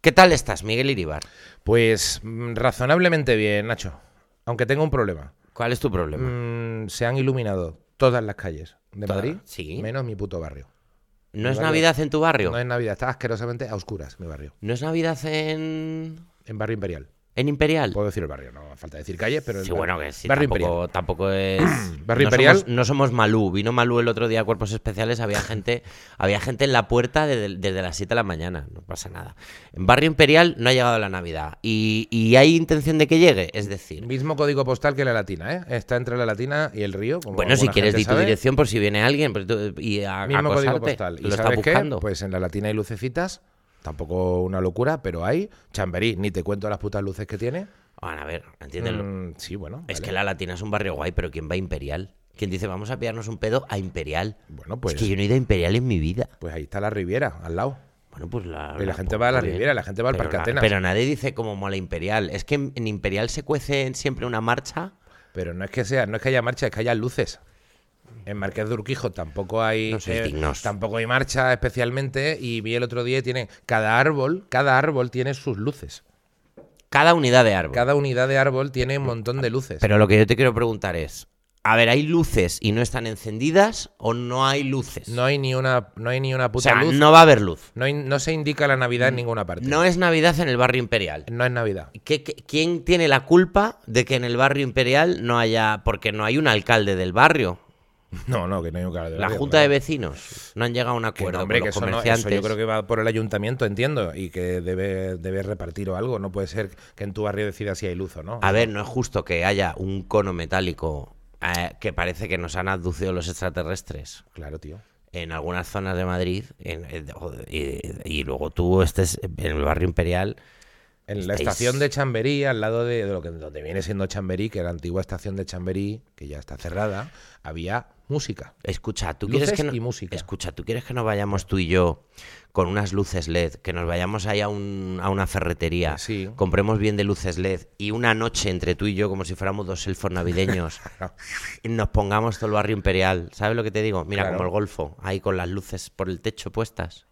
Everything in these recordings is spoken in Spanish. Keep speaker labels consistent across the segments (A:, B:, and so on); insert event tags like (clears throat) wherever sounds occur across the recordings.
A: ¿Qué tal estás, Miguel Iribar?
B: Pues mm, razonablemente bien, Nacho. Aunque tengo un problema.
A: ¿Cuál es tu problema?
B: Mm, se han iluminado todas las calles de
A: Todas,
B: Madrid,
A: sí.
B: menos mi puto barrio.
A: ¿No es
B: barrio-
A: Navidad en tu barrio?
B: No es Navidad, está asquerosamente a oscuras mi barrio.
A: ¿No es Navidad en,
B: En barrio imperial.
A: en Imperial?
B: Puedo decir el barrio, no falta decir calles, pero. el
A: Sí,
B: bar-
A: bueno, que sí,
B: Barrio imperial.
A: tampoco,
B: (clears throat)
A: tampoco es...
B: Barrio
A: no
B: Imperial.
A: Somos, no somos Malú. Vino Malú el otro día a Cuerpos Especiales, había gente, había gente en la puerta desde, desde las 7 de la mañana. No pasa nada. En Barrio Imperial no ha llegado la Navidad. Y, y hay intención de que llegue, es decir...
B: Mismo código postal que la latina, ¿eh? Está entre la latina y el río. como
A: Bueno, si
B: alguna
A: quieres,
B: gente
A: di tu
B: sabe.
A: dirección por si viene alguien pero tú- y a,
B: Mismo código
A: acosarte.
B: postal.
A: Lo
B: ¿Y
A: está
B: sabes qué?
A: buscando.
B: Pues en la latina hay lucecitas. Tampoco una locura, pero hay. Chamberí, ni te cuento las putas luces que tiene.
A: Bueno, a ver, entiéndelo.
B: Mm, sí, bueno.
A: Es
B: vale.
A: que la Latina es un barrio guay, pero ¿quién va a Imperial? ¿Quién dice vamos a pillarnos un pedo a Imperial?
B: Bueno, pues,
A: Es que yo no he ido a Imperial en mi vida.
B: pues ahí está la Riviera, al lado.
A: Bueno, pues la.
B: Y la gente va a la
A: muy bien.
B: Riviera, la gente va al
A: Pero
B: Parque
A: na-
B: Atenas.
A: Pero nadie dice cómo mola Imperial. Es que en, en Imperial se cuece siempre una marcha.
B: Pero no es que sea, no es que haya marcha, es que haya luces. En Marqués de Urquijo tampoco hay eh,
A: No sois dignos.
B: tampoco hay marcha especialmente y vi el otro día y tienen cada árbol, cada árbol tiene sus luces.
A: Cada unidad de árbol.
B: Cada unidad de árbol tiene un montón de luces.
A: Pero lo que yo te quiero preguntar es: A ver, ¿hay luces y no están encendidas o no hay luces?
B: no hay ni una no hay ni una
A: o
B: puta
A: sea,
B: luz.
A: no va a haber luz.
B: No, Mm, hay- no se indica la Navidad en ninguna parte.
A: No es Navidad en el barrio Imperial.
B: No es Navidad.
A: ¿Qué- qué- quién tiene la culpa de que en el barrio imperial no haya.? Porque no hay un alcalde del barrio.
B: No, no, que no hay un calendario,
A: La
B: claro.
A: Junta de Vecinos. No han llegado a un
B: Que no,
A: acuerdo
B: hombre,
A: con
B: que
A: los
B: eso, no- eso
A: comerciantes.
B: yo creo que va por el ayuntamiento, entiendo, y que debe, debe repartir o algo. No puede ser que en tu barrio decidas si hay luz o no.
A: A ver, no es justo que haya un cono metálico eh, que parece que nos han abducido los extraterrestres
B: Claro, tío.
A: en algunas zonas de Madrid en- en- joder, y, y luego tú estés en el barrio imperial.
B: En la
A: Estáis-
B: estación de Chamberí, al lado de, de lo que donde viene siendo Chamberí, que era la antigua estación de Chamberí, que ya está cerrada, había música.
A: Escucha, tú
B: Luces
A: quieres que no-
B: y música.
A: Escucha, tú quieres que nos vayamos tú y yo con unas luces LED, que nos vayamos ahí a, un- a una ferretería,
B: Sí.
A: compremos bien de luces LED y una noche entre tú y yo, como si fuéramos dos elfos
B: (laughs)
A: navideños, y nos pongamos todo el barrio imperial. ¿Sabes lo que te digo? Mira,
B: Claro.
A: como el golfo, ahí con las luces por el techo puestas.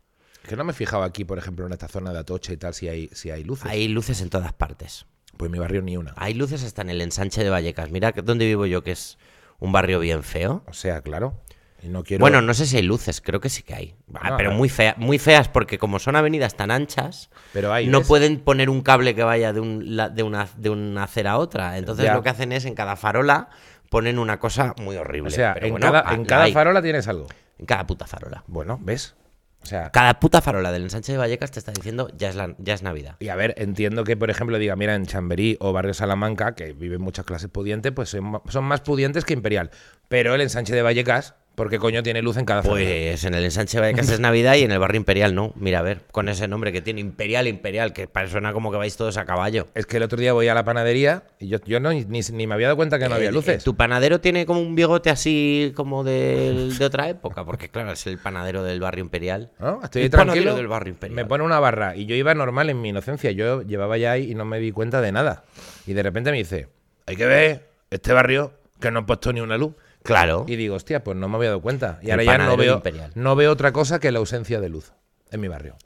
B: Que no me he fijado aquí, por ejemplo, en esta zona de Atocha y tal, si hay, si hay luces.
A: Hay luces en todas partes.
B: Pues en mi barrio ni una.
A: Hay luces hasta en el ensanche de Vallecas. Mira que- dónde vivo yo, que es un barrio bien feo.
B: O sea, claro. Y no quiero.
A: Bueno, no sé si hay luces, creo que sí que hay. Ah,
B: Bueno,
A: pero
B: a ver.
A: muy, fea- muy feas porque como son avenidas tan anchas,
B: Pero hay,
A: no
B: ¿ves?
A: pueden poner un cable que vaya de, un, la- de, una, de una acera a otra. Entonces
B: Ya.
A: lo que hacen es en cada farola ponen una cosa muy horrible.
B: O sea,
A: Pero
B: en,
A: bueno,
B: cada,
A: ah,
B: en
A: la
B: cada
A: hay.
B: farola tienes algo.
A: En cada puta farola.
B: Bueno, ¿ves? O sea,
A: Cada puta farola del ensanche de Vallecas te está diciendo ya es, la- ya es Navidad.
B: Y a ver, entiendo que, por ejemplo, diga, mira, en Chamberí o Barrio Salamanca, que viven muchas clases pudientes, pues son ma- son más pudientes que Imperial. Pero el ensanche de Vallecas, porque coño tiene luz en cada zona?
A: Pues en el ensanche de Vallecas es Navidad y en el barrio Imperial no. Mira, a ver, con ese nombre que tiene Imperial, Imperial, que pa- suena como que vais todos a caballo.
B: Es que el otro día voy a la panadería y yo, yo no, ni, ni me había dado cuenta que no había
A: Eh,
B: luces.
A: eh, Tu panadero tiene como un bigote así como del- de, otra época, porque claro, es el panadero del barrio imperial.
B: ¿No? Estoy
A: El panadero
B: tranquilo.
A: del barrio imperial.
B: Me pone una barra y yo iba normal en mi inocencia. Yo llevaba ya ahí y no me di cuenta de nada. Y de repente me dice, hay que ver este barrio que no han puesto ni una luz.
A: Claro.
B: Y digo, hostia, pues no me había dado cuenta. Y
A: El
B: ahora ya no
A: panadero
B: veo,
A: imperial.
B: no veo otra cosa que la ausencia de luz en mi barrio.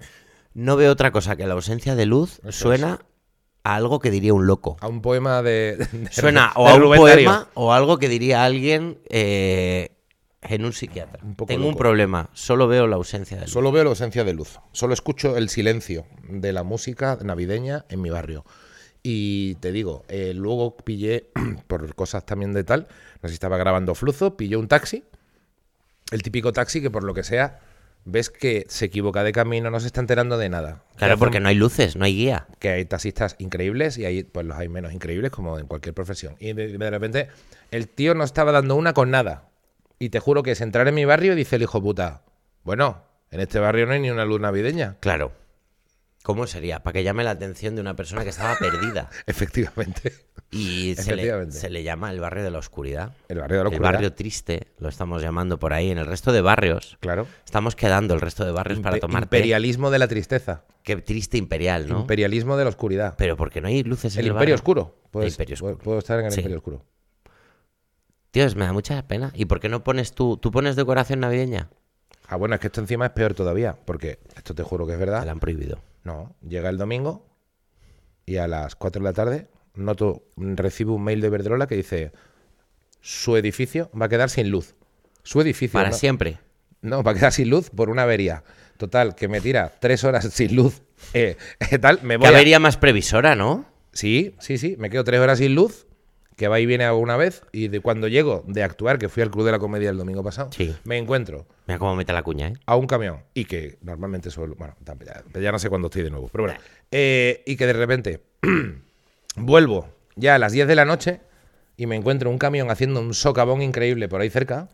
A: No veo otra cosa que la ausencia de luz suena a algo que diría un loco.
B: A un poema de.
A: (laughs)
B: de-
A: Suena
B: de
A: o a un
B: Rubén
A: poema
B: Darío.
A: o algo que diría alguien eh, en un psiquiatra.
B: Un poco
A: Tengo un
B: loco.
A: problema, solo veo la ausencia de luz.
B: Solo veo la ausencia de luz. Solo escucho el silencio de la música navideña en mi barrio. Y te digo, eh, luego pillé, (clears throat) por cosas también de tal, no sé si estaba grabando Fluzo, pillé un taxi. El típico taxi que por lo que sea, ves que se equivoca de camino, no se está enterando de nada.
A: Claro,
B: Que
A: porque
B: hace-
A: no hay luces, no hay guía.
B: que hay taxistas increíbles y hay pues los hay menos increíbles como en cualquier profesión. Y de, de repente el tío no estaba dando una con nada. Y te juro que es entrar en mi barrio y dice el hijo puta, bueno, en este barrio no hay ni una luz navideña. (laughs)
A: Claro. ¿Cómo sería? Para que llame la atención de una persona que estaba perdida.
B: Efectivamente.
A: Y se le,
B: Efectivamente.
A: se le llama el barrio de la oscuridad.
B: El barrio de la
A: El
B: oscuridad.
A: barrio triste, lo estamos llamando por ahí. En el resto de barrios,
B: Claro.
A: estamos quedando el resto de barrios para
B: Impe-
A: tomar té.
B: imperialismo de la tristeza.
A: Qué triste imperial, ¿no?
B: Imperialismo de la oscuridad.
A: Pero porque no hay luces en
B: el
A: el, barrio.
B: imperio oscuro. Puedes-
A: imperio oscuro.
B: Puedo estar en el
A: Sí.
B: imperio oscuro.
A: Dios, me da mucha pena. ¿Y por qué no pones tú? ¿Tú pones decoración navideña?
B: Ah, bueno, es que esto encima es peor todavía, porque esto te juro que es
A: Te la
B: verdad.
A: han prohibido.
B: No, llega el domingo y a las 4 de la tarde noto, recibo un mail de Verdrola que dice, su edificio va a quedar sin luz. Su edificio.
A: Para
B: ¿no?
A: siempre.
B: No, va a quedar sin luz por una avería. Total, que me tira tres horas sin luz. (laughs) Eh, tal, me voy
A: Que
B: a-
A: avería más previsora, ¿no?
B: Sí, sí, sí. Me quedo tres horas sin luz, que va y viene alguna vez. Y de cuando llego de actuar, que fui al Club de la Comedia el domingo pasado,
A: Sí.
B: me encuentro
A: Mira cómo mete la cuña, ¿eh?
B: a un camión y que normalmente suelo. Bueno, tam- ya, ya no sé cuándo estoy de nuevo, pero bueno. Eh, y que de repente (clears throat) vuelvo ya a las 10 de la noche y me encuentro un camión haciendo un socavón increíble por ahí cerca.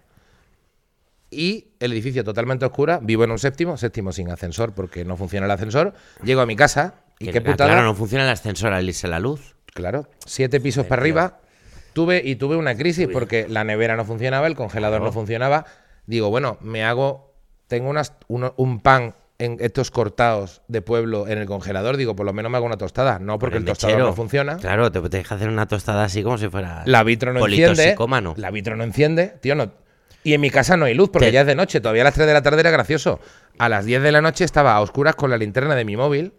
B: Y el edificio totalmente oscura, vivo en un séptimo, séptimo sin ascensor porque no funciona el ascensor. Llego a mi casa y
A: Que-
B: qué
A: ah,
B: putada.
A: Claro, no funciona el ascensor al irse la luz.
B: Claro, siete pisos para arriba. Tuve y tuve una crisis porque la nevera no funcionaba, el congelador no funcionaba. Digo, bueno, me hago, tengo unas, uno- un pan en estos cortados de pueblo en el congelador. Digo, por lo menos me hago una tostada. No porque el,
A: Con
B: tostador
A: mechero.
B: no funciona.
A: Claro, te, te deja hacer una tostada así como si fuera.
B: La vitro no enciende.
A: politoxicómano.
B: La vitro no enciende. Tío, no. Y en mi casa no hay luz porque
A: Te-
B: ya es de noche. Todavía a las 3 de la tarde era gracioso. A las 10 de la noche estaba a oscuras con la linterna de mi móvil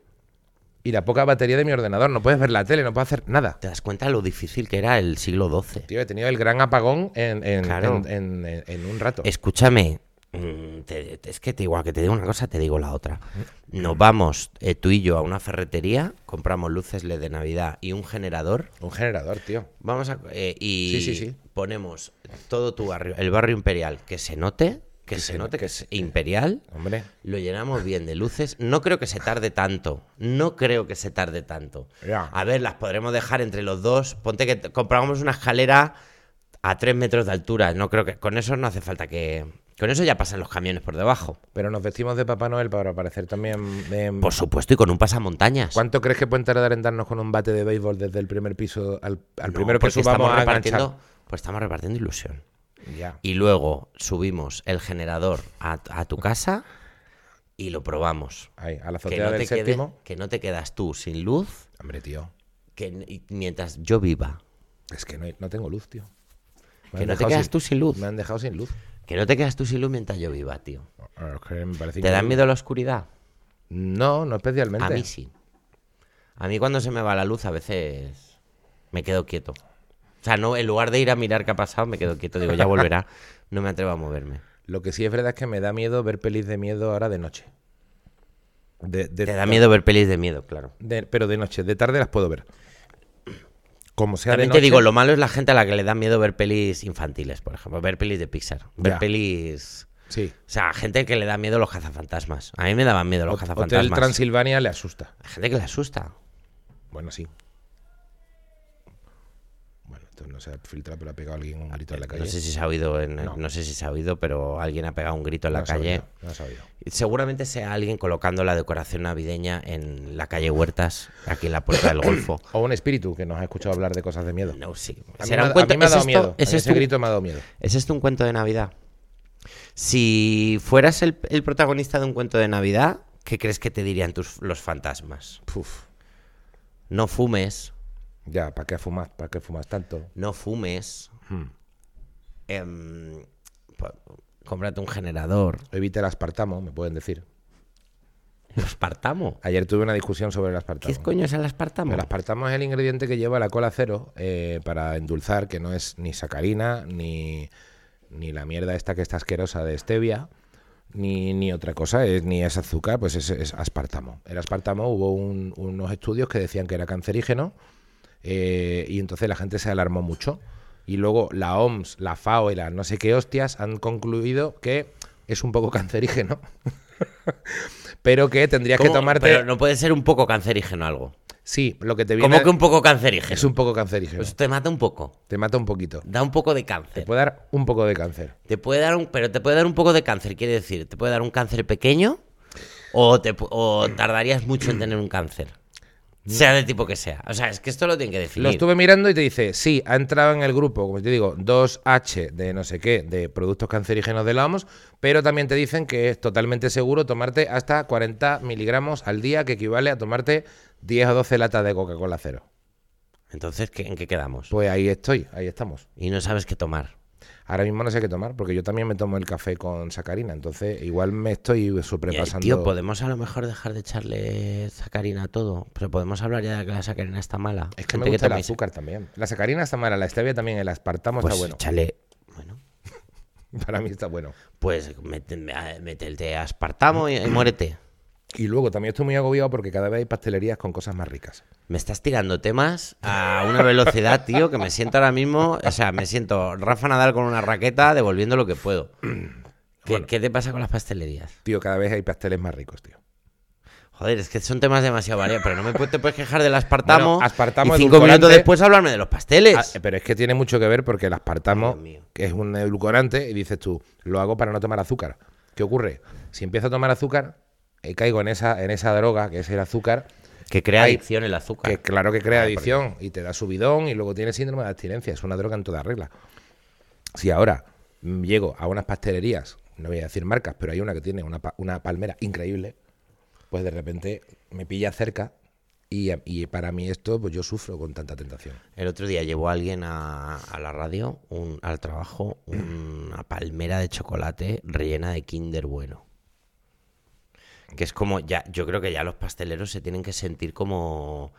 B: y la poca batería de mi ordenador. No puedes ver la tele, no puedes hacer nada.
A: Te das cuenta lo difícil que era el siglo XII.
B: Tío, he tenido el gran apagón en, en-
A: Claro.
B: en- en- en un rato.
A: Escúchame, mm, te- te- es que te, igual que te digo una cosa, te digo la otra. Nos vamos, eh, tú y yo, a una ferretería, compramos luces LED de Navidad y un generador.
B: Un generador, tío.
A: Vamos a. eh, y
B: Sí, sí, sí.
A: ponemos todo tu barrio, el barrio imperial, que se note, que, se, note que es imperial.
B: Hombre.
A: Lo llenamos bien de luces. No creo que se tarde tanto. No creo que se tarde tanto.
B: Ya.
A: A ver, las podremos dejar entre los dos. Ponte que t- compramos una escalera a tres metros de altura. No creo que. Con eso no hace falta que. Con eso ya pasan los camiones por debajo.
B: Pero nos vestimos de Papá Noel para aparecer también. em,
A: Por supuesto, y con un pasamontañas.
B: ¿Cuánto crees que pueden tardar en darnos con un bate de béisbol desde el primer piso al, al
A: No,
B: primero que
A: porque estamos
B: subamos a
A: repartiendo. Pues estamos repartiendo ilusión.
B: enganchar? Ya.
A: Y luego subimos el generador a, a tu casa y lo probamos.
B: Ahí, a la
A: Que
B: azotea
A: no,
B: del
A: te quede-
B: séptimo.
A: que no te quedas tú sin luz.
B: Hombre, tío.
A: que n- y mientras yo viva,
B: Es que no, hay- no tengo luz, tío. Me
A: Que
B: han
A: no te
B: dejado
A: quedas tú sin luz.
B: Me han dejado sin luz.
A: que no te quedas tú sin luz mientras yo viva, tío.
B: Ah, es que me parece
A: ¿Te da
B: increíble.
A: miedo la oscuridad?
B: No, no especialmente.
A: A mí sí. A mí cuando se me va la luz a veces me quedo quieto. O sea, no, en lugar de ir a mirar qué ha pasado, me quedo quieto. Digo, ya
B: (laughs)
A: volverá. No me atrevo a moverme.
B: Lo que sí es verdad es que me da miedo ver pelis de miedo ahora de noche. De- de-
A: Te da miedo ver pelis de miedo, claro.
B: De- pero de noche, de tarde las puedo ver. Como sea de
A: También
B: noche.
A: te digo, lo malo es la gente a la que le da miedo ver pelis infantiles, por ejemplo. Ver pelis de Pixar. Ver
B: Ya.
A: pelis...
B: Sí.
A: O sea, gente que le da miedo los cazafantasmas. A mí me daban miedo los
B: Hot- Hotel
A: cazafantasmas.
B: Transilvania le asusta.
A: Hay gente que le asusta.
B: Bueno, sí. Bueno, esto no se ha filtrado, pero ha pegado alguien un grito en la calle.
A: Eh, No sé si se ha oído, en-
B: No.
A: no. sé si se ha oído, pero alguien ha pegado un grito en
B: No
A: la
B: ha
A: calle.
B: sabido, no ha sabido.
A: Seguramente sea alguien colocando la decoración navideña en la calle Huertas, aquí en la Puerta del Golfo.
B: (coughs) O un espíritu que nos ha escuchado hablar de cosas de miedo.
A: No, sí.
B: A mí,
A: ¿Será
B: me,
A: un
B: ha- a
A: cuento-
B: mí me ha
A: ¿es
B: dado
A: esto-
B: miedo.
A: ¿Es
B: A mí
A: esto,
B: ese
A: un,
B: grito me ha dado miedo.
A: ¿Es esto un cuento de Navidad? Si fueras el, el protagonista de un cuento de Navidad, ¿qué crees que te dirían tus, los fantasmas?
B: Puf.
A: No fumes,
B: Ya, ¿para qué fumas? ¿Para qué fumas tanto?
A: no fumes. em, pa- cómprate un generador.
B: Evita el aspartamo, me pueden decir.
A: Espartamo.
B: Ayer tuve una discusión sobre el aspartamo.
A: ¿Qué coño es el aspartamo?
B: El aspartamo es el ingrediente que lleva la cola cero eh, para endulzar, que no es ni sacarina, ni, ni la mierda esta que está asquerosa de stevia, ni, ni otra cosa, es, ni es azúcar, pues es, es aspartamo. El aspartamo hubo un- unos estudios que decían que era cancerígeno eh, y entonces la gente se alarmó mucho. Y luego la OMS, la FAO y la no sé qué hostias han concluido que es un poco (laughs) cancerígeno. pero que tendrías que
A: ¿Cómo?
B: tomarte...
A: Pero no puede ser un poco cancerígeno algo.
B: Sí, lo que te viene...
A: ¿Cómo que un poco cancerígeno?
B: Es un poco cancerígeno.
A: Pues te mata un poco.
B: Te mata un poquito.
A: Da un poco de
B: Te
A: cáncer.
B: puede dar un poco de cáncer.
A: Te puede dar un, pero te puede dar un poco de cáncer, quiere decir, te puede dar un cáncer pequeño o, te, pu- o tardarías mucho en tener un cáncer. Sea del tipo que sea. O sea, es que esto lo tienen que definir.
B: Lo estuve mirando y te dice, sí, ha entrado en el grupo, como te digo, 2H de no sé qué, de productos cancerígenos de la OMS, pero también te dicen que es totalmente seguro tomarte hasta 40 miligramos al día, que equivale a tomarte 10 o 12 latas de Coca-Cola cero.
A: Entonces, ¿qué- ¿en qué quedamos?
B: Pues ahí estoy, ahí estamos.
A: Y no sabes qué tomar.
B: Ahora mismo no sé qué tomar, porque yo también me tomo el café con sacarina, entonces igual me estoy sobrepasando.
A: Tío, podemos a lo mejor dejar de echarle sacarina a todo, pero podemos hablar ya de que la sacarina está mala.
B: Es que
A: Gente
B: me gusta el
A: toma y-
B: azúcar también. La sacarina está mala, la stevia también, el aspartamo
A: Pues
B: está bueno.
A: échale- bueno,
B: (laughs) Para mí está bueno.
A: pues mete- me- métete aspartamo y, y muérete.
B: Y luego también estoy muy agobiado porque cada vez hay pastelerías con cosas más ricas.
A: Me estás tirando temas a una velocidad, tío, que me siento ahora mismo, o sea, me siento Rafa Nadal con una raqueta devolviendo lo que puedo. ¿Qué,
B: Bueno.
A: qué te pasa con las pastelerías?
B: Tío, cada vez hay pasteles más ricos, tío.
A: Joder, es que son temas demasiado variados, pero no me pu- te puedes quejar del aspartamo,
B: Bueno, aspartamo
A: y cinco
B: edulcorante.
A: minutos después hablarme de los pasteles.
B: Ah, pero es que tiene mucho que ver porque el aspartamo,
A: Dios mío.
B: que es un edulcorante, y dices tú, lo hago para no tomar azúcar. ¿Qué ocurre? Si empiezo a tomar azúcar, eh, caigo en esa, en esa droga que es el azúcar,
A: que crea
B: Ay,
A: adicción el azúcar.
B: que claro que crea adicción y te da subidón y luego tienes síndrome de abstinencia. Es una droga en toda regla. Si ahora mm, llego a unas pastelerías, no voy a decir marcas, pero hay una que tiene una, pa- una palmera increíble, pues de repente me pilla cerca y, a- y para mí esto, pues yo sufro con tanta tentación.
A: El otro día llevó a alguien a, a la radio, un- al trabajo, una palmera de chocolate rellena de Kinder Bueno. Que es como, ya, yo creo que ya los pasteleros se tienen que sentir como,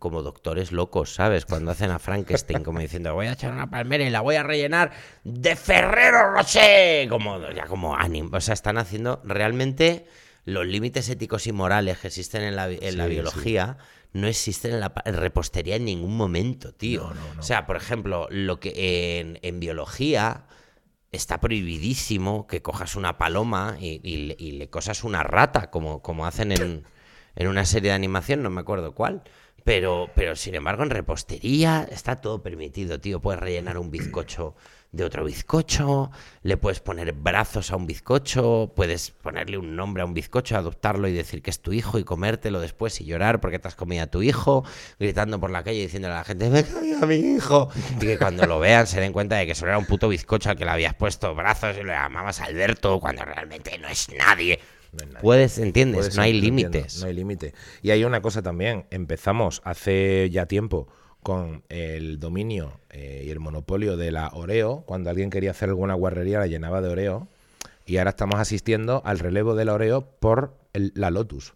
A: como doctores locos, ¿sabes? Cuando hacen a Frankenstein, como diciendo, voy a echar una palmera y la voy a rellenar de Ferrero Rocher. Como, ya como ánimo. O sea, están haciendo realmente los límites éticos y morales que existen en la, bi- en la
B: Sí, sí.
A: biología. No existen en la pa- en repostería en ningún momento, tío. O sea, por ejemplo, lo que en, en biología está prohibidísimo que cojas una paloma y, y le- y le cosas una rata, como, como hacen en, en una serie de animación, no me acuerdo cuál. Pero, pero sin embargo, en repostería está todo permitido, tío. Puedes rellenar un bizcocho de otro bizcocho, le puedes poner brazos a un bizcocho, puedes ponerle un nombre a un bizcocho, adoptarlo y decir que es tu hijo y comértelo después y llorar porque te has comido a tu hijo, gritando por la calle y diciéndole a la gente, me he comido a mi hijo. Y que cuando lo vean se den cuenta de que solo era un puto bizcocho al que le habías puesto brazos y le llamabas Alberto cuando realmente no es nadie. Puedes, entiendes,
B: Puede
A: no
B: ser,
A: hay
B: lo entiendo,
A: límites.
B: No hay límite. Y hay una cosa también. Empezamos hace ya tiempo con el dominio eh, y el monopolio de la Oreo. Cuando alguien quería hacer alguna guarrería, la llenaba de Oreo. Y ahora estamos asistiendo al relevo de la Oreo por el- la Lotus.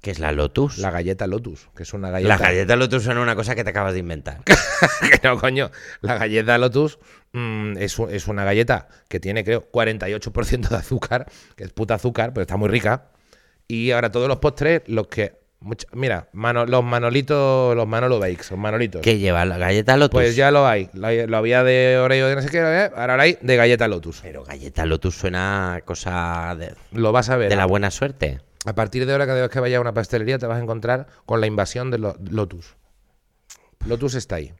A: ¿Qué es la Lotus?
B: La
A: La,
B: galleta Lotus, que es una
A: galleta
B: galleta.
A: Lotus son una cosa que te acabas de inventar.
B: que (laughs) no, coño. La galleta Lotus mm, es, u- es una galleta que tiene, creo, 48% de azúcar, que es puta azúcar, pero está muy rica. Y ahora todos los postres, los que. mucha- mira, mano- los manolitos, los manolo bakes, los manolitos.
A: ¿Qué lleva la galleta Lotus?
B: Pues ya lo hay. Lo, hay- lo había de Oreo de no sé qué, ¿eh? ahora lo hay de galleta Lotus.
A: Pero galleta Lotus suena a cosa de,
B: Lo vas a ver.
A: de la buena suerte.
B: A partir de ahora, cada vez que vayas a una pastelería, te vas a encontrar con la invasión de lo- Lotus. Lotus está ahí.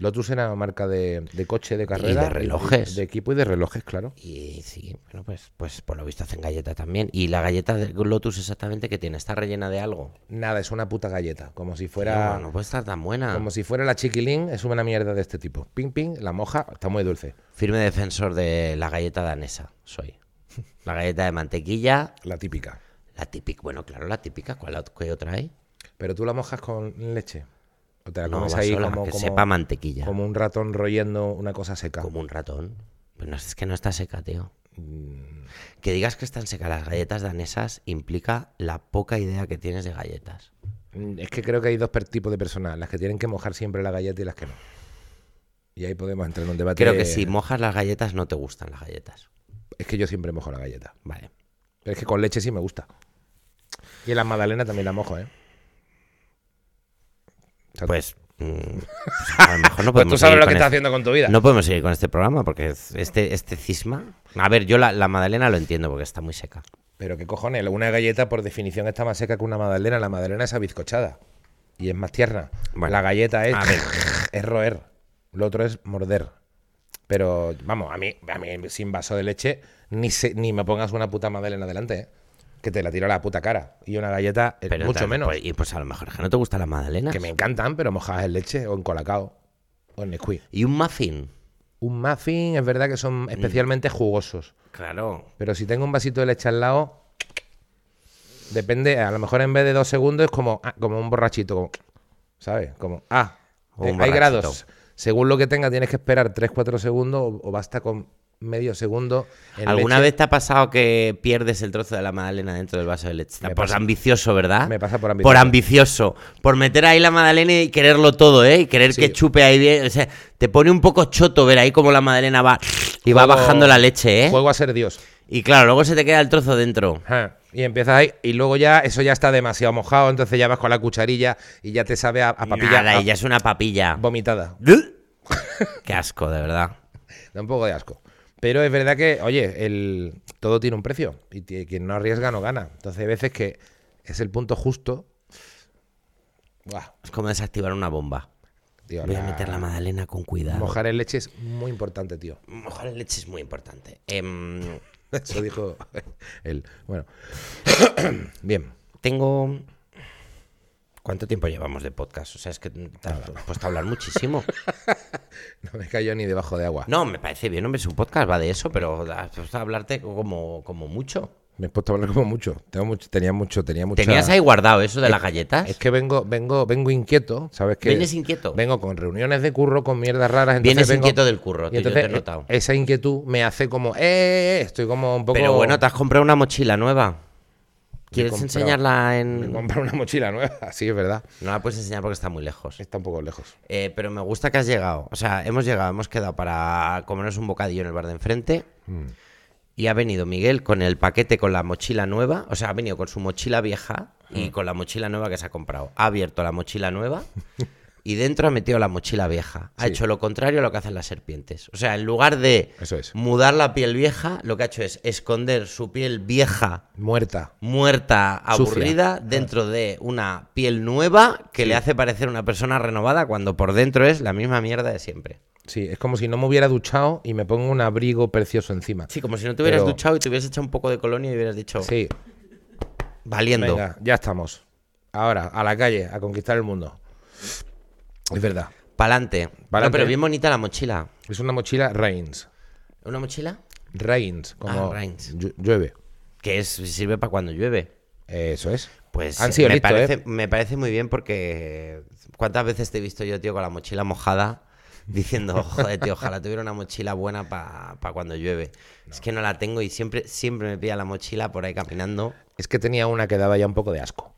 B: Lotus era marca de, de coche, de carrera.
A: de relojes.
B: De equipo y de relojes, claro.
A: Y sí, bueno, pues, pues por lo visto hacen galleta también. ¿Y la galleta de Lotus exactamente qué tiene? ¿Está rellena de algo?
B: Nada, es una puta galleta. Como si
A: No,
B: fuera.
A: no puede estar tan buena.
B: Como si fuera la chiquilín, es una mierda de este tipo. Ping, ping, la moja, está muy dulce.
A: Firme defensor de la galleta danesa, soy. La galleta de mantequilla,
B: La típica.
A: la típica, bueno, claro, la típica, ¿cuál qué otra hay?
B: Pero tú la mojas con leche. O te la
A: No,
B: comes
A: va
B: ahí
A: sola,
B: como,
A: que
B: como-
A: sepa mantequilla, como,
B: como un ratón royendo una cosa seca.
A: un ratón. Pues no, es que no está seca, tío.
B: Mm.
A: Que digas que están secas las galletas danesas implica la poca idea que tienes de galletas.
B: Mm, Es que creo que hay dos per- tipos de personas, las que tienen que mojar siempre la galleta y las que no. Y ahí podemos entrar en un debate.
A: Creo que si mojas las galletas no te gustan las galletas.
B: Es que yo siempre mojo la galleta.
A: Vale.
B: Pero es que con leche sí me gusta. Y la magdalena también la mojo, ¿eh? O sea,
A: Pues mm, (laughs) a lo mejor no
B: pues
A: podemos
B: tú sabes
A: seguir con
B: lo que estás
A: este-
B: haciendo con tu vida.
A: No podemos seguir con este programa porque es- este, este cisma. A ver, yo la, la Madalena lo entiendo porque está muy seca.
B: Pero qué cojones, una galleta por definición está más seca que una magdalena. La magdalena es bizcochada y es más tierna.
A: Bueno,
B: la galleta es,
A: a ver.
B: (laughs) es roer, lo otro es morder. Pero vamos, a mí, a mí sin vaso de leche ni, se- ni me pongas una puta magdalena delante, ¿eh? que te la tiro a la puta cara. Y una galleta eh,
A: Pero
B: mucho
A: tal-
B: menos.
A: pues- y pues a lo mejor que no te gusta la Madalena.
B: que me encantan, pero mojadas en leche o en colacao o en Nesquik.
A: Y un muffin.
B: Un muffin es verdad que son
A: Mm.
B: especialmente jugosos.
A: Claro.
B: Pero si tengo un vasito de leche al lado, depende, a lo mejor en vez de dos segundos es como, ah, como un borrachito, como, ¿sabes? Como, ah,
A: Un
B: eh, hay
A: borrachito.
B: grados. según lo que tenga, tienes que esperar 3-4 segundos o, o basta con medio segundo. en
A: ¿Alguna
B: leche.
A: vez te ha pasado que pierdes el trozo de la magdalena dentro del vaso de leche?
B: Me
A: Por
B: pasa.
A: ambicioso, ¿verdad?
B: Me pasa por
A: Por
B: ambicioso.
A: ambicioso. Por meter ahí la magdalena y quererlo todo, ¿eh? Y querer
B: Sí.
A: que chupe ahí bien. O sea, te pone un poco choto ver ahí cómo la magdalena va y va
B: Juego-
A: bajando la leche, ¿eh?
B: Juego a ser Dios.
A: Y claro, luego se te queda el trozo dentro.
B: Ajá. Y empiezas ahí, y luego ya eso ya está demasiado mojado, entonces ya vas con la cucharilla y ya te sabe a, a papilla
A: Nada,
B: a-
A: y ya es una papilla.
B: vomitada.
A: Qué asco, de verdad.
B: Da un poco de asco. Pero es verdad que, oye, el, todo tiene un precio y tie- quien no arriesga no gana. Entonces hay veces que es el punto justo. Buah,
A: Es como desactivar una bomba.
B: tío,
A: Voy a
B: la-
A: meter la magdalena con cuidado.
B: Mojar en leche es muy importante, tío. (laughs)
A: Mojar en leche es muy importante. Em,
B: Eso dijo (laughs) él. Bueno. (coughs) Bien.
A: tengo... ¿Cuánto tiempo llevamos de podcast? O sea, es que te has puesto a hablar muchísimo.
B: No me cayó ni debajo de agua.
A: No, me parece bien, hombre, es un podcast, va de eso, pero has puesto a hablarte como, como mucho.
B: Me he puesto a hablar como mucho. Tengo mucho tenía mucho, tenía mucho.
A: ¿Tenías ahí guardado eso de las galletas?
B: Es que vengo, vengo, vengo inquieto, ¿sabes qué?
A: Vienes inquieto.
B: Vengo con reuniones de curro, con mierdas raras. entonces
A: Vienes
B: vengo-
A: inquieto del curro,
B: y
A: tío, yo
B: entonces
A: te he notado.
B: e- Esa inquietud me hace como, eh, estoy como un poco.
A: Pero bueno, te has comprado una mochila nueva. ¿Quieres
B: comprado-
A: enseñarla
B: (laughs) Me he
A: en...?
B: comprado una mochila nueva, (laughs) sí, es verdad.
A: No la puedes enseñar porque está muy lejos.
B: Está un poco lejos.
A: Eh, pero me gusta que has llegado. O sea, hemos llegado, hemos quedado para comernos un bocadillo en el bar de enfrente.
B: Mm.
A: Y ha venido Miguel con el paquete con la mochila nueva. O sea, ha venido con su mochila vieja y
B: Mm.
A: con la mochila nueva que se ha comprado. Ha abierto la mochila
B: (laughs)
A: nueva y dentro ha metido la mochila vieja. Ha
B: Sí.
A: hecho lo contrario a lo que hacen las serpientes. O sea, en lugar de
B: Eso es.
A: mudar la piel vieja, lo que ha hecho es esconder su piel vieja
B: Muerta.
A: muerta,
B: Sucia.
A: aburrida, dentro de una piel nueva que le hace parecer una persona renovada cuando por dentro es la misma mierda de siempre.
B: Sí, es como si no me hubiera duchado y me pongo un abrigo precioso encima.
A: Sí, como si no te hubieras
B: Pero-
A: duchado y te hubieras echado un poco de colonia y hubieras dicho,
B: Sí,
A: valiendo.
B: venga, ya estamos. Ahora, a la calle, a conquistar el mundo. Es verdad.
A: Pa'lante. No,
B: Pa'lante.
A: pero bien bonita la mochila.
B: Es una mochila Reigns.
A: ¿Una mochila?
B: Reigns, como
A: Ah, Reins.
B: llu- llueve.
A: Que es, sirve para cuando llueve.
B: Eso es.
A: Pues
B: Han
A: eh,
B: sido
A: me,
B: listos, ¿eh?
A: parece, me parece muy bien porque cuántas veces te he visto yo, tío, con la mochila mojada
B: (laughs)
A: diciendo, joder, tío, ojalá tuviera una mochila buena para cuando llueve. Es que no la tengo y siempre, siempre me pilla la mochila por ahí caminando.
B: Es que tenía una que daba ya un poco de asco.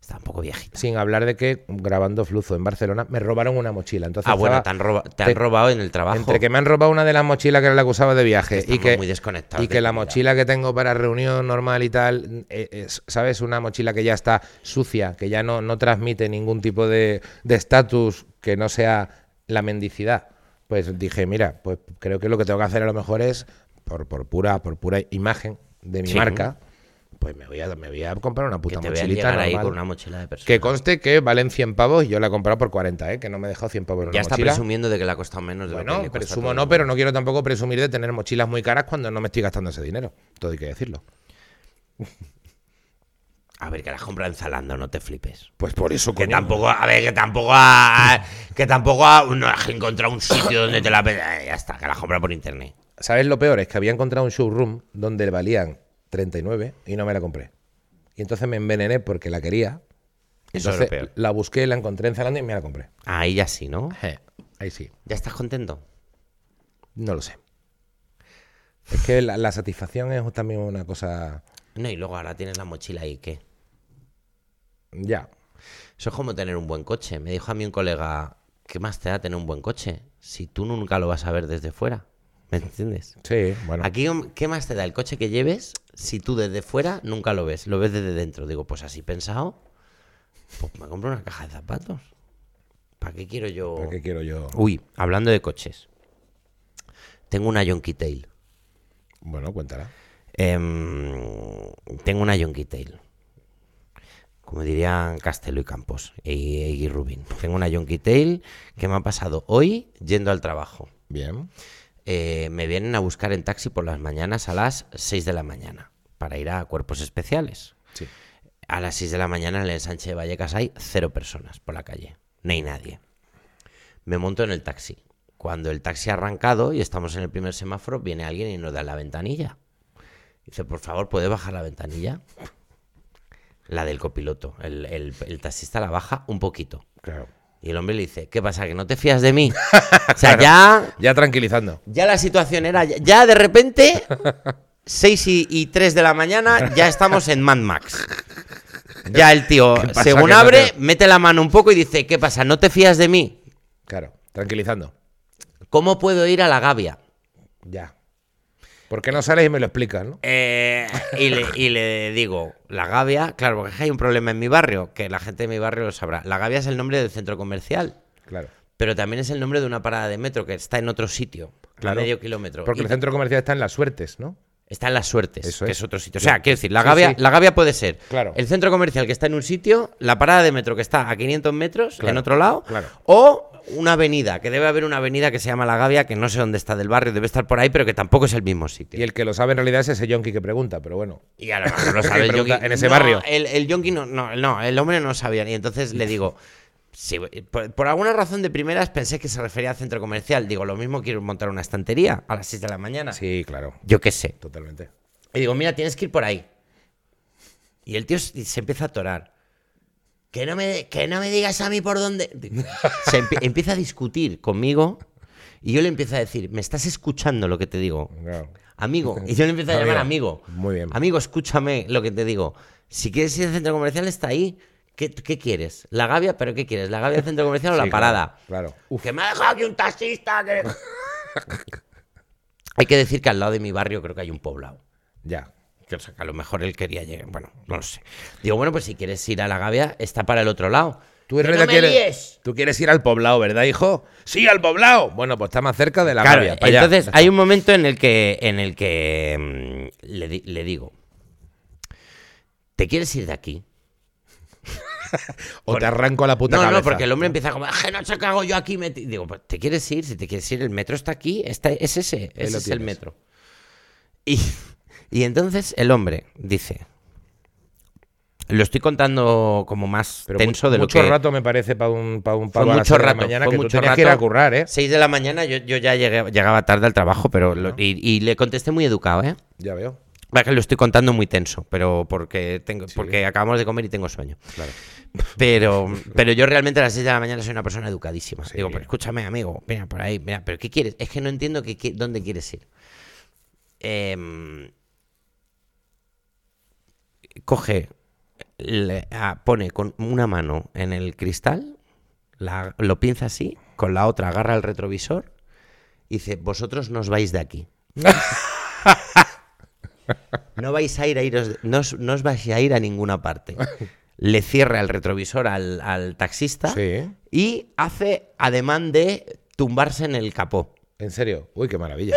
A: Está un poco viejita.
B: Sin hablar de que grabando Fluzo en Barcelona me robaron una mochila. Entonces
A: Ah, bueno,
B: estaba-
A: te han, roba- te
B: te-
A: han robado en el trabajo.
B: Entre que me han robado una de las mochilas que era la que usaba de viaje y
A: Estamos
B: que,
A: muy desconectados
B: y
A: de
B: que la
A: tu vida.
B: mochila que tengo para reunión normal y tal, eh, es, ¿sabes? Una mochila que ya está sucia, que ya no, no transmite ningún tipo de de estatus que no sea la mendicidad. Pues dije, mira, pues creo que lo que tengo que hacer a lo mejor es, por, por, pura, por pura imagen de mi
A: Sí.
B: marca, pues me voy a, me voy a comprar una
A: que
B: puta
A: te vean
B: mochilita
A: llegar ahí
B: normal.
A: con una mochila de persona.
B: Que conste que valen 100 pavos y yo la he comprado por 40, ¿eh? que no me he dejado 100 pavos en
A: ya
B: una
A: está
B: mochila.
A: presumiendo de que le ha costado menos de lo que
B: Bueno,
A: le cuesta
B: presumo
A: todo.
B: no, pero no quiero tampoco presumir de tener mochilas muy caras cuando no me estoy gastando ese dinero. Todo hay que decirlo.
A: A ver, que las compran en Zalando, no te flipes.
B: Pues por eso,
A: Que
B: coño.
A: tampoco, a ver, que tampoco ha, que tampoco ha, no has encontrado un sitio donde te la pe- eh, ya está, que la compra por internet.
B: ¿Sabes lo peor? Es que había encontrado un showroom donde valían 39 y no me la compré. Y entonces me envenené porque la quería.
A: Eso es
B: Entonces
A: lo peor.
B: la busqué, la encontré en Zalando y me la compré.
A: Ahí ya sí, ¿no?
B: Ahí sí.
A: ¿Ya estás contento?
B: No lo sé. Es que la, la satisfacción es también una cosa.
A: No, y luego ahora tienes la mochila ahí, ¿qué?
B: Ya.
A: Eso es como tener un buen coche. Me dijo a mí un colega, ¿qué más te da tener un buen coche? Si tú nunca lo vas a ver desde fuera. ¿Me entiendes?
B: Sí, bueno.
A: Aquí, hom- ¿qué más te da el coche que lleves si tú desde fuera nunca lo ves? Lo ves desde dentro. Digo, pues así pensado, pues me compro una caja de zapatos. ¿Para qué quiero yo...?
B: ¿Para qué quiero yo?
A: Uy, hablando de coches. Tengo una Yonky Tail.
B: Bueno, cuéntala.
A: Em, tengo una Yonky Tail. Como dirían Castelo y Campos y, y Rubin. Tengo una Yonky Tail que me ha pasado hoy yendo al trabajo.
B: Bien.
A: Eh, me vienen a buscar en taxi por las mañanas a las 6 de la mañana para ir a cuerpos especiales.
B: Sí.
A: A las 6 de la mañana en el Sánchez de Vallecas hay cero personas por la calle. No hay nadie. Me monto en el taxi. Cuando el taxi ha arrancado y estamos en el primer semáforo, viene alguien y nos da la ventanilla. Dice, por favor, ¿puede bajar la ventanilla? La del copiloto. El, el- el taxista la baja un poquito.
B: Claro.
A: Y el hombre le dice, ¿qué pasa? ¿Que no te fías de mí? o sea, ya,
B: Ya tranquilizando.
A: ya la situación era, ya, ya de
B: (laughs)
A: repente, 6 y, y 3 de la mañana, ya estamos en Mad Max. Ya el tío,
B: ¿Qué pasa
A: según
B: que no
A: abre,
B: te-
A: mete la mano un poco y dice, ¿qué pasa? ¿No te fías de mí?
B: Claro, tranquilizando.
A: ¿Cómo puedo ir a la Gavia?
B: Ya. ¿Por qué no sales y me lo explicas, no?
A: Eh, y, le, y le digo, la Gavia, claro, porque es que hay un problema en mi barrio, que la gente de mi barrio lo sabrá. La Gavia es el nombre del centro comercial,
B: Claro.
A: pero también es el nombre de una parada de metro que está en otro sitio,
B: Claro.
A: a medio kilómetro.
B: Porque
A: Y
B: el centro comercial está en las suertes, ¿no?
A: Está en las suertes,
B: Eso
A: que
B: es.
A: es otro sitio. O sea, quiero decir, la
B: Sí,
A: Gavia,
B: sí.
A: la Gavia puede ser
B: Claro.
A: el centro comercial que está en un sitio, la parada de metro que está a 500 metros en
B: Claro,
A: otro lado,
B: claro.
A: o una avenida, que debe haber una avenida que se llama La Gavia, que no sé dónde está del barrio, debe estar por ahí, pero que tampoco es el mismo sitio.
B: Y el que lo sabe en realidad es ese yonki que pregunta, pero bueno.
A: Y a lo mejor
B: (laughs)
A: lo sabe el
B: Pregunta,
A: yonki.
B: ¿en ese
A: No,
B: barrio?
A: El, el yonki no, no, no, el hombre no sabía. Y entonces le digo, sí, por, por alguna razón de primeras pensé que se refería al centro comercial. Digo, lo mismo quiero montar una estantería a las 6 de la mañana.
B: Sí, claro,
A: Yo qué sé.
B: totalmente.
A: Y digo, mira, tienes que ir por ahí. Y el tío se se empieza a atorar. Que no me, que no me digas a mí por
B: (laughs)
A: dónde. Se empie- empieza a discutir conmigo y yo le empiezo a decir, ¿me estás escuchando lo que te digo?
B: Claro.
A: Amigo. Y yo le empiezo a llamar amigo.
B: Muy bien.
A: Amigo, escúchame lo que te digo. Si quieres ir al centro comercial, está ahí. ¿Qué, qué quieres? ¿La gavia? ¿Pero qué quieres? ¿La gavia del centro comercial o la
B: Sí,
A: parada?
B: Claro. claro.
A: Que me ha dejado aquí un taxista.
B: (laughs)
A: que- hay que decir que al lado de mi barrio creo que hay un poblado.
B: Ya.
A: Que, o sea, que a lo mejor él quería llegar. Bueno, no lo sé. Digo, bueno, pues si quieres ir a la gavia, está para el otro lado.
B: Tú
A: ¡Que
B: en
A: no
B: realidad
A: me
B: quieres,
A: líes!
B: tú quieres ir al poblado, ¿verdad, hijo? Sí, al poblado. Bueno, pues está más cerca de la
A: Claro,
B: Gavia, para allá.
A: entonces hay un momento en el que, en el que mm, le, di- le digo, ¿te quieres ir de aquí?
B: o te arranco a la puta
A: no,
B: cabeza.
A: no, porque el hombre empieza como, "Aje, no sé qué hago yo aquí. meti-". Digo, pues te quieres ir, si te quieres ir, el metro está aquí, está, es ese,
B: Ahí
A: ese
B: lo
A: es el
B: tienes.
A: metro. Y, (laughs) y entonces el hombre dice, lo estoy contando como más
B: Pero
A: tenso
B: mu-
A: de lo
B: mucho
A: que...
B: rato me parece para un para un pavo a las
A: mucho
B: seis de la
A: rato,
B: mañana
A: fue
B: que tú
A: mucho
B: tenías que ir a
A: rato.
B: currar, ¿eh?
A: 6 de la mañana yo, yo ya llegué, llegaba tarde al trabajo, pero lo- y, y le contesté muy educado, ¿eh?
B: Ya veo.
A: Va que lo estoy contando muy tenso, pero porque tengo, porque acabamos de comer y tengo sueño.
B: Claro. (laughs)
A: Pero, pero yo realmente a las 6 de la mañana soy una persona educadísima.
B: Sí.
A: Digo, pero escúchame, amigo, mira por ahí, mira, pero ¿qué quieres? Es que no entiendo que, que- dónde quieres ir. Em, coge, le- ah, pone con una mano en el cristal, la- lo pinza así, con la otra agarra el retrovisor y dice, vosotros no os vais de aquí. No vais a ir a iros, no os, no os vais a ir a ninguna parte. Le cierra el retrovisor al, al taxista
B: Sí.
A: y hace ademán de tumbarse en el capó.
B: En serio. Uy, qué maravilla.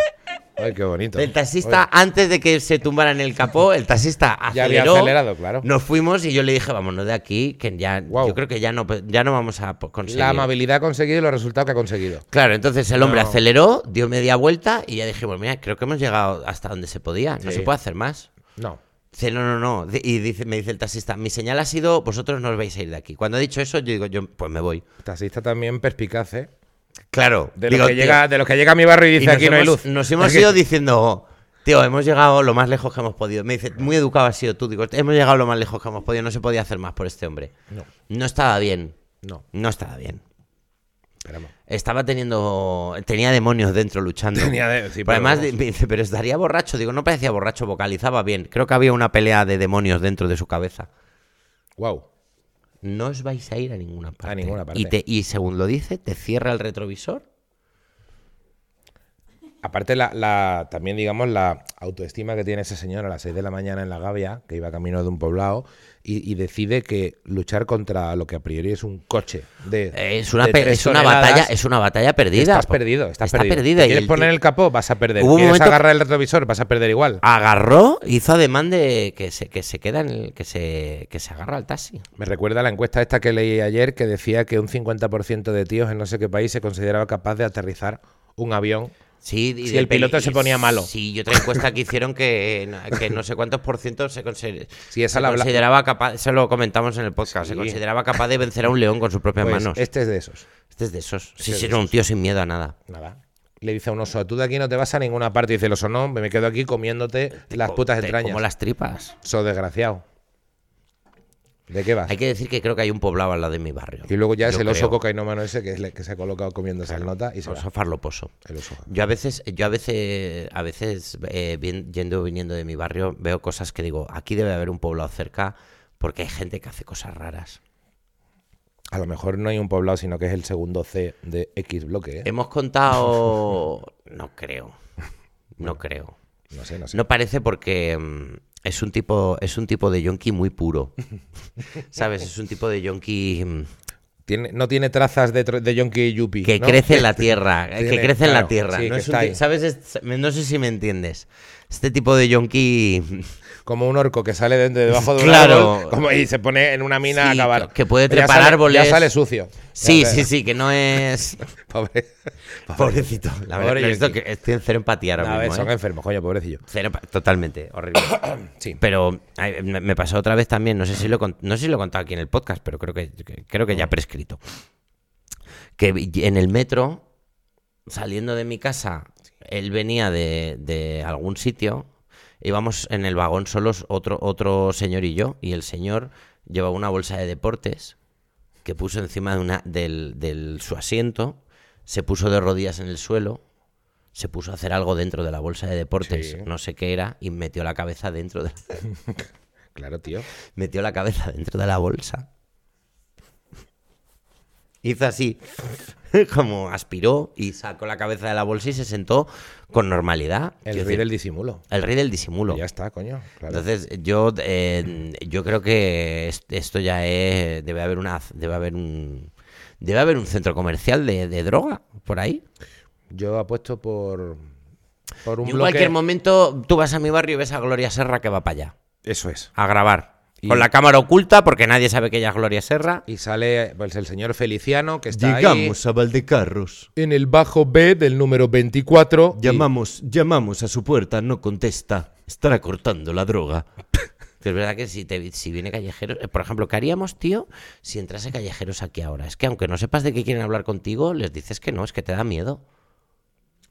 B: Ay, qué bonito.
A: El taxista, antes de que se tumbara en el capó, el taxista aceleró.
B: (laughs) Ya había acelerado, claro.
A: Nos fuimos y yo le dije, vámonos de aquí, que ya,
B: Guau.
A: yo creo que ya no, ya no vamos a po-
B: Oye,
A: conseguir.
B: la amabilidad conseguida y los resultados que ha conseguido.
A: Claro, entonces el hombre
B: No.
A: aceleró, dio media vuelta y ya dijimos, mira, creo que hemos llegado hasta donde se podía, no
B: Sí.
A: se puede hacer más.
B: No.
A: Dice, no, no, no. Di- Y dice, me dice el taxista, mi señal ha sido, vosotros no os vais a ir de aquí. Cuando ha dicho eso, yo digo, yo, pues me voy.
B: Taxista también perspicaz, ¿eh?
A: Claro.
B: De
A: digo,
B: los, que
A: tío,
B: llega, de los que llega a mi barrio y
A: y
B: dice
A: nos
B: aquí no hay
A: hemos-
B: luz.
A: Nos hemos
B: Aquí-
A: ido diciendo, tío, hemos llegado lo más lejos que hemos podido. Me dice, muy educado has sido tú. Digo, hemos llegado lo más lejos que hemos podido. No se podía hacer más por este hombre.
B: No,
A: No estaba bien.
B: no,
A: No estaba bien.
B: esperamos.
A: Estaba teniendo. Tenía demonios dentro luchando.
B: (laughs) Tenía de- sí,
A: Pero
B: pero
A: además
B: vamos.
A: me dice, pero estaría borracho. Digo, no parecía borracho, vocalizaba bien. Creo que había una pelea de demonios dentro de su cabeza.
B: Wow.
A: No os vais a ir a ninguna parte.
B: ninguna parte.
A: Y, te- y según lo dice, te cierra el retrovisor.
B: Aparte, la, la- también, digamos, la autoestima que tiene ese señor a las 6 de la mañana en la Gavia, que iba camino de un poblado, y, y decide que luchar contra lo que a priori es un coche de.
A: Eh, Es una,
B: de
A: pe-
B: tres
A: es una
B: toneladas.
A: batalla, es una batalla perdida.
B: Estás
A: po-
B: perdido, estás
A: está
B: perdido.
A: perdida.
B: Te
A: y
B: ¿Quieres
A: el
B: poner
A: tío
B: el capó? Vas a perder.
A: Hubo un
B: ¿Quieres
A: momento-
B: agarrar el retrovisor? Vas a perder igual.
A: agarró, hizo ademán de que se, que se queda en el, que se, que se agarra al taxi.
B: Me recuerda la encuesta esta que leí ayer que decía que un 50% de tíos en no sé qué país se consideraba capaz de aterrizar un avión.
A: Sí, y
B: Si
A: de
B: el
A: peli-
B: piloto se
A: y-
B: ponía malo.
A: Sí, y otra encuesta que hicieron que, que no sé cuántos por ciento se, consider-
B: (laughs) Sí, esa
A: se
B: la habla-
A: consideraba capaz, se lo comentamos en el podcast, se
B: Sí.
A: consideraba capaz de vencer a un león con sus propias
B: Pues,
A: manos.
B: este es de esos.
A: Este es de esos. Sí,
B: es
A: sí,
B: de
A: era un tío sin miedo a nada.
B: Nada. Le dice a un oso, tú de aquí no te vas a ninguna parte. Y dice el oso, no, me quedo aquí comiéndote las putas
A: Te
B: entrañas.
A: Como las tripas.
B: Sos desgraciado. ¿De qué vas?
A: Hay que decir que creo que hay un poblado al lado de mi barrio.
B: Y luego ya es
A: Yo
B: el oso
A: creo.
B: cocainómano ese que, es le- que se ha colocado comiendo esas notas y se
A: Oso
B: va.
A: farloposo.
B: El oso.
A: Yo a veces, yo a veces, a veces eh, vien- yendo o viniendo de mi barrio, veo cosas que digo, aquí debe haber un poblado cerca porque hay gente que hace cosas raras.
B: A lo mejor no hay un poblado, sino que es el segundo C de X bloque, ¿eh?
A: Hemos contado.
B: (laughs)
A: No creo. No creo.
B: No sé, no sé.
A: No parece porque mm, es un tipo, es un tipo de yonki muy
B: (laughs)
A: puro. ¿Sabes? Es un tipo de yonki mm,
B: Tiene- no tiene trazas de, tro- de Yonki y Yuppie.
A: que
B: ¿no? (laughs)
A: crece en la tierra. eh, que
B: Tiene-
A: crece en la
B: claro,
A: tierra.
B: sí,
A: no,
B: que
A: es un
B: está
A: ti-
B: ahí.
A: ¿sabes? Es- no sé si me entiendes. Este tipo de yonki
B: Como un orco que sale de, de debajo de un
A: Claro.
B: árbol como, y se pone en una mina a
A: Sí,
B: acabar.
A: que puede
B: Ya
A: trepar
B: sale-
A: árboles.
B: Ya sale sucio.
A: Sí,
B: Ya
A: sí,
B: sale-
A: sí, que no
B: (laughs)
A: es.
B: Pobre.
A: (laughs) Pobrecito. La verdad,
B: Pobre
A: lo siento
B: yonki.
A: que estoy en cero empatía ahora
B: A ver,
A: mismo.
B: son em-
A: ¿eh?
B: enfermos, coño, pobrecillo.
A: Cero empa- Totalmente, horrible.
B: Sí.
A: Pero ay, me me pasó otra vez también, no sé si lo, con- no sé si lo he contado aquí en el podcast, pero creo que, que- creo que ya prescrito. Que vi- en el metro, saliendo de mi casa, él venía de, de algún sitio, íbamos en el vagón solos otro, otro señor y yo, y el señor llevaba una bolsa de deportes que puso encima de una, del, del- su asiento, se puso de rodillas en el suelo, se puso a hacer algo dentro de la bolsa de deportes,
B: Sí.
A: no sé qué era, y metió la cabeza dentro de la-
B: Claro, tío.
A: metió la cabeza dentro de la bolsa. Hizo así, (laughs) como aspiró y sacó la cabeza de la bolsa y se sentó con normalidad. Quiero
B: El rey
A: decir,
B: del disimulo.
A: el rey del disimulo.
B: Ya está, coño. Claro.
A: Entonces, yo, eh, yo creo que est- esto ya es. Debe haber una. Debe haber un. Debe haber un centro comercial de, de droga por ahí.
B: Yo apuesto por. Por un
A: Yo en
B: bloque.
A: cualquier momento tú vas a mi barrio y ves a Gloria Serra que va para allá.
B: Eso es.
A: A grabar.
B: Y-
A: Con la cámara oculta, porque nadie sabe que ella es Gloria Serra.
B: Y sale pues, el señor Feliciano que está
C: a Valdecarros.
B: ahí. En el bajo B del número 24. y-
C: Llamamos, llamamos a su puerta, no contesta. Estará cortando la droga.
A: Que es verdad que si, te, si viene Callejeros. eh, Por ejemplo, ¿qué haríamos, tío, si entrase Callejeros aquí ahora? Es que aunque no sepas de qué quieren hablar contigo, les dices que no, es que te da miedo.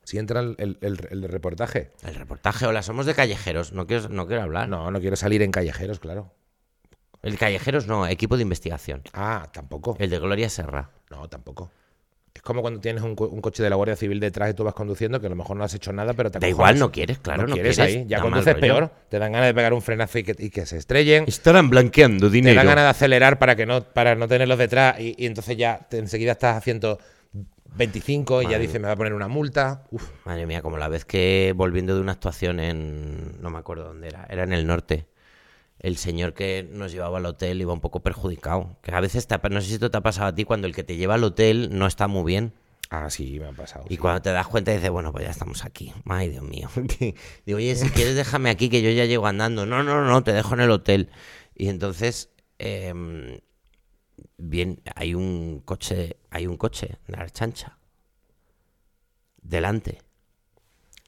B: Si entra el, el- el- el reportaje. Ah,
A: El reportaje, hola, somos de Callejeros, no quiero, no quiero hablar.
B: No, no quiero salir en callejeros, claro.
A: El Callejeros no, equipo de investigación.
B: Ah, tampoco.
A: El de Gloria Serra.
B: No, tampoco. Es como cuando tienes un, co- un coche de la Guardia Civil detrás y tú vas conduciendo, que a lo mejor no has hecho nada, pero te
A: Da
B: acojonas.
A: igual, no quieres, claro,
B: No
A: no
B: quieres,
A: quieres.
B: ahí. Ya
A: da mal
B: conduces
A: rollo.
B: peor. Te dan ganas de pegar un frenazo y que, y que se estrellen.
C: Estarán blanqueando
B: Te dan
C: dinero.
B: ganas de acelerar para que no para no tenerlos detrás y, y entonces ya te- enseguida estás a 125 y ya dices me va a poner una multa. Uf,
A: Madre mía, como la vez que volviendo de una actuación en. No me acuerdo dónde era, era en el norte. El señor que nos llevaba al hotel iba un poco perjudicado. Que a veces, te ha- no sé si esto te ha pasado a ti, cuando el que te lleva al hotel no está muy bien.
B: Ah, sí, me ha pasado.
A: Y cuando te das cuenta dices, bueno, pues ya estamos aquí. Ay, Dios mío. (laughs) Digo, oye, si quieres déjame aquí que yo ya llego andando. No, no, no, te dejo en el hotel. Y entonces, em, bien, hay un coche, hay un coche, la chancha, delante.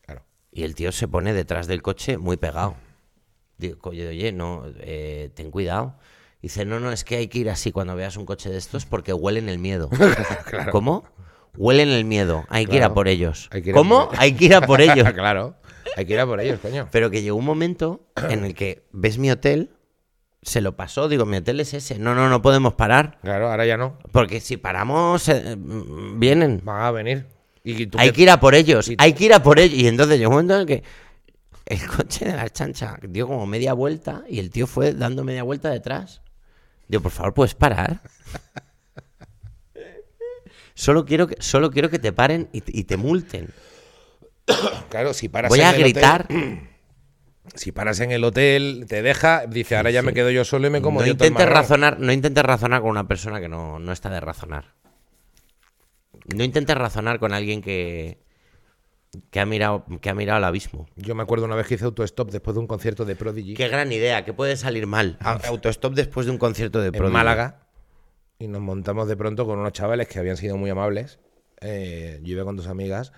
B: Claro.
A: Y el tío se pone detrás del coche muy pegado. Digo, co- yo, oye, no, eh, ten cuidado. Dice, no, no, es que hay que ir así cuando veas un coche de estos porque huelen el
B: (laughs)
A: miedo. ¿Cómo? Huelen el miedo. Hay que ir a
B: Claro.
A: por ellos.
B: Hay que ir a
A: ¿Cómo?
B: por-
A: Hay que ir a
B: (laughs)
A: por ellos.
B: claro. Hay que ir a por ellos, coño.
A: Pero que llegó un momento en el que ves mi hotel, se lo pasó, digo, mi hotel es ese. No, no, no podemos parar.
B: Claro, ahora ya no.
A: Porque si paramos, eh, mm, vienen.
B: Van a venir. Y tú
A: Hay
B: qué-
A: que ir a por ellos,
B: y-
A: hay que ir a por ellos. Y entonces llegó un momento en el que el coche de la chancha dio como media vuelta y el tío fue dando media vuelta detrás. Digo, por favor, ¿puedes parar? (laughs) Solo quiero que, solo quiero que te paren y, te- y te multen.
B: Claro, si paras
A: Voy
B: en
A: a
B: el hotel-
A: gritar,
B: si paras en el hotel, te deja, dice, ahora ya me quedo yo solo y me (clears throat) como
A: no
B: yo todo el
A: intentes
B: marrón.
A: razonar, no intentes razonar con una persona que no, no está de razonar. No intentes razonar con alguien que, que ha mirado, que ha mirado al abismo.
B: Yo me acuerdo una vez que hice autostop después de un concierto de Prodigy
A: Qué gran idea, que puede salir mal.
B: Ah,
A: A- Autostop después de un concierto de
B: en
A: Prodigy.
B: Málaga y nos montamos de pronto con unos chavales que habían sido muy amables. Eh, yo iba con dos amigas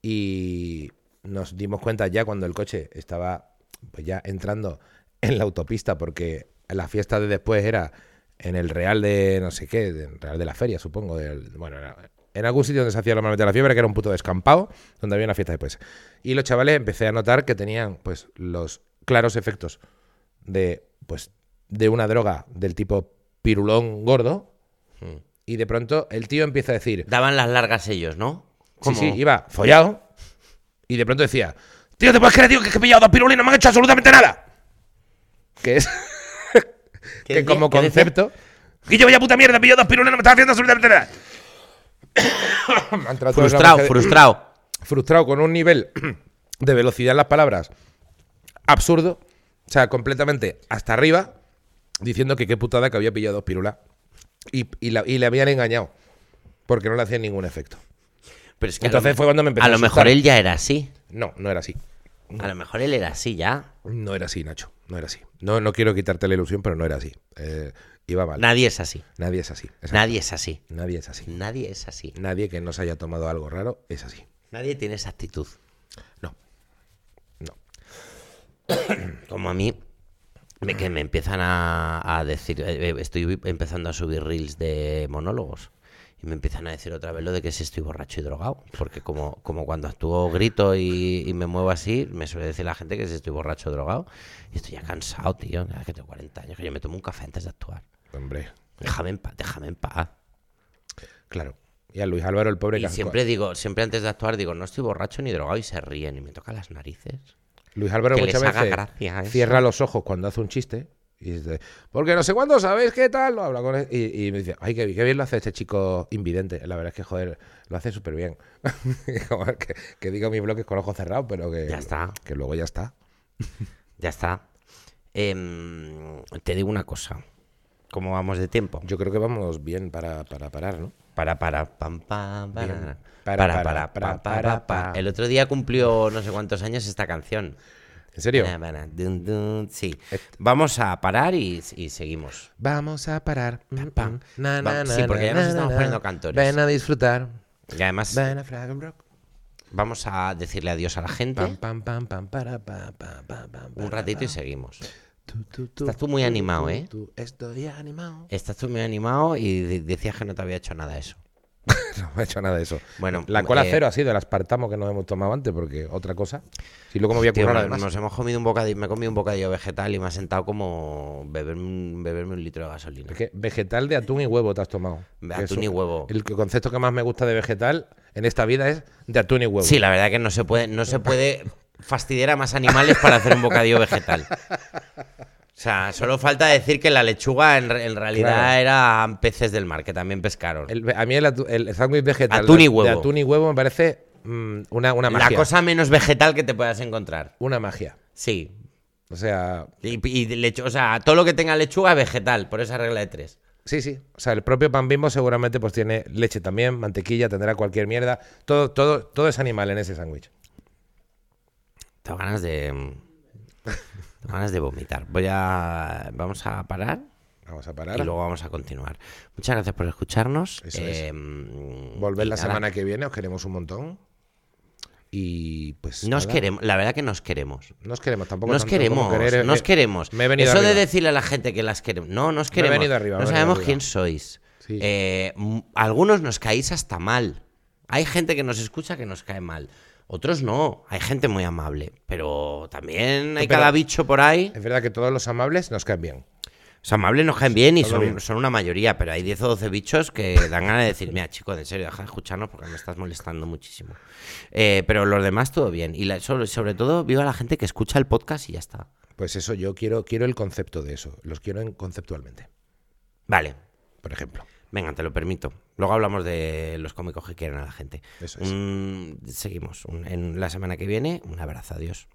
B: y nos dimos cuenta ya cuando el coche estaba pues ya entrando en la autopista porque la fiesta de después era en el Real de no sé qué, de- Real de la Feria supongo, del- bueno, era- en algún sitio donde se hacía normalmente la fiebre, que era un puto descampado, donde había una fiesta después. Y los chavales empecé a notar que tenían pues los claros efectos de pues de una droga del tipo pirulón gordo.
A: Hmm.
B: Y de pronto el tío empieza a decir,
A: Daban las largas ellos, ¿no?
B: Sí, sí, iba follado. Y de pronto decía, tío, te puedes creer, tío, que he pillado dos pirulinas, no me han hecho absolutamente nada. Que es
A: (laughs) ¿Qué
B: que
A: decía?
B: como
A: ¿Qué decía?
B: concepto. Guillo, vaya puta mierda, he pillado dos pirulinas, no me estás haciendo
A: (coughs)
B: absolutamente nada. (coughs) Me han tratado de una
A: Frustrado,
B: mujer-
A: frustrado.
B: frustrado con un nivel (clears throat) de velocidad en las palabras absurdo, o sea, completamente hasta arriba, diciendo que qué putada que había pillado dos pirulas y, y la- y le habían engañado porque no le hacían ningún efecto.
A: Pero es que a lo
B: Entonces
A: me-
B: fue cuando me empezó
A: A
B: a
A: lo
B: asustar.
A: mejor él ya era así.
B: No, no era así.
A: A lo mejor él era así ya.
B: No era así, Nacho. No era así. No, no quiero quitarte la ilusión, pero no era así. Eh, iba mal.
A: Nadie es así.
B: Nadie es así. Exacto.
A: Nadie es así.
B: Nadie es así.
A: Nadie es así.
B: Nadie que no se haya tomado algo raro es así.
A: Nadie tiene esa actitud.
B: No. No.
A: Como a mí, me, que me empiezan a, a decir, eh, eh, estoy empezando a subir reels de monólogos. Y me empiezan a decir otra vez lo de que si estoy borracho y drogado. Porque como, como cuando actúo grito y, y me muevo así, me suele decir la gente que si estoy borracho o drogado. Y estoy ya cansado, tío. ya que tengo 40 años, que yo me tomo un café antes de actuar.
B: Hombre,
A: Déjame en paz, déjame en paz.
B: claro. Y a Luis Álvaro el pobre
A: Y
B: que-
A: siempre digo, siempre antes de actuar digo, no estoy borracho ni drogado y se ríen y me toca las narices.
B: Luis Álvaro
A: Que
B: muchas
A: les haga
B: veces
A: gracia eso.
B: cierra los ojos cuando hace un chiste y dice, porque no sé cuándo, ¿sabéis qué tal? Lo habla con él y, y me dice, ay, qué, bien- qué bien lo hace este chico invidente. La verdad es que, joder, lo hace súper (laughs) bien. Como que, que digo mis bloques con ojos cerrados, pero que,
A: Ya está.
B: que luego ya está.
A: Ya está. Em, te digo una cosa. ¿Cómo vamos de tiempo?
B: Yo creo que vamos bien para, para parar, ¿no?
A: Para, para, pam, pam, para,
B: Bien.
A: para,
B: Para,
A: para,
B: para,
A: para,
B: para,
A: para,
B: para.
A: El otro día cumplió no sé cuántos años esta canción.
B: ¿En serio?
A: Para, para, dun, dun, Sí.
B: Eh.
A: Vamos a parar y, y seguimos.
B: Vamos a parar. mm,
A: pam.
B: mm, na,
A: Va-
B: na,
A: sí,
B: na,
A: porque ya
B: na,
A: nos
B: na,
A: estamos
B: na.
A: poniendo cantores.
B: Ven a disfrutar.
A: Y además
B: Ven a Frag and Rock.
A: vamos a decirle adiós a la
B: Pam,
A: gente
B: pam, pam, pam, para, pam, pam, pam, pam,
A: un
B: para,
A: ratito y
B: pam.
A: seguimos.
B: Tú, tú, tú,
A: Estás tú muy
B: tú,
A: animado,
B: tú,
A: ¿eh?
B: tú. estoy animado.
A: Estás tú muy animado y de- decías que no te había hecho nada eso.
B: (laughs) No me he hecho nada de eso.
A: Bueno,
B: la cola
A: eh,
B: cero ha sido el aspartamo que nos hemos tomado antes, porque otra cosa. Si luego me voy a
A: Tío,
B: currar
A: me-
B: además.
A: nos hemos comido un bocadillo, me he comido un bocadillo vegetal y me ha sentado como beberme un, beberme un litro de gasolina.
B: Es que vegetal de atún y huevo te has tomado.
A: De
B: Que es
A: atún y
B: un-
A: huevo.
B: El que- concepto que más me gusta de vegetal en esta vida es de atún y huevo.
A: Sí, la verdad que no se puede, no se puede fastidiar a más animales para hacer un bocadillo vegetal. O sea, solo falta decir que la lechuga en, re- en realidad
B: Claro.
A: eran peces del mar, que también pescaron.
B: El ve- a mí el, atu- el sándwich vegetal
A: Atún y
B: de-
A: huevo.
B: de atún y huevo me parece mm, una, una magia.
A: la cosa menos vegetal que te puedas encontrar.
B: Una magia.
A: Sí.
B: O sea,
A: Y, y lechu- o sea, todo lo que tenga lechuga es vegetal, por esa regla de tres.
B: Sí, sí. O sea, el propio pan bimbo seguramente pues tiene leche también, mantequilla, tendrá cualquier mierda. Todo, todo, todo es animal en ese sándwich.
A: Tengo ganas de. mm, Tengo ganas de vomitar. Voy a. Vamos a parar
B: Vamos a
A: y
B: parar.
A: luego vamos a continuar. Muchas gracias por escucharnos. Em,
B: Eso es.
A: Volver
B: Volver la semana que viene, os queremos un montón. Y pues.
A: Nos
B: nada,
A: queremos. La verdad que nos queremos.
B: Nos queremos tampoco.
A: Nos
B: tanto como
A: queremos,
B: querer, eh,
A: nos
B: eh,
A: queremos.
B: Me he venido
A: Eso de
B: arriba.
A: decirle a la gente que las queremos. No, nos
B: Me he
A: queremos.
B: venido arriba, me
A: no
B: he venido
A: sabemos
B: arriba.
A: quién sois.
B: Sí.
A: Eh, m- algunos nos caéis hasta mal. Hay gente que nos escucha que nos cae mal. Otros no. Hay gente muy amable. Pero también hay
B: Pero- eh,
A: cada bicho por ahí.
B: Es verdad que todos los amables nos caen bien.
A: O sea, amables nos caen bien y
B: todo
A: son,
B: bien.
A: son una mayoría, pero hay 10 o 12 bichos que dan ganas de decir, mira, chico, en serio, deja de escucharnos porque me estás molestando muchísimo. Eh, pero los demás todo bien. Y la- sobre, sobre todo, viva la gente que escucha el podcast y ya está.
B: Pues eso, yo quiero, quiero el concepto de eso. Los quiero en- conceptualmente,
A: Vale,
B: por ejemplo.
A: venga, te lo permito. Luego hablamos de los cómicos que quieren a la gente.
B: Eso es.
A: Mm, seguimos. Un- en la semana que viene, un abrazo, adiós.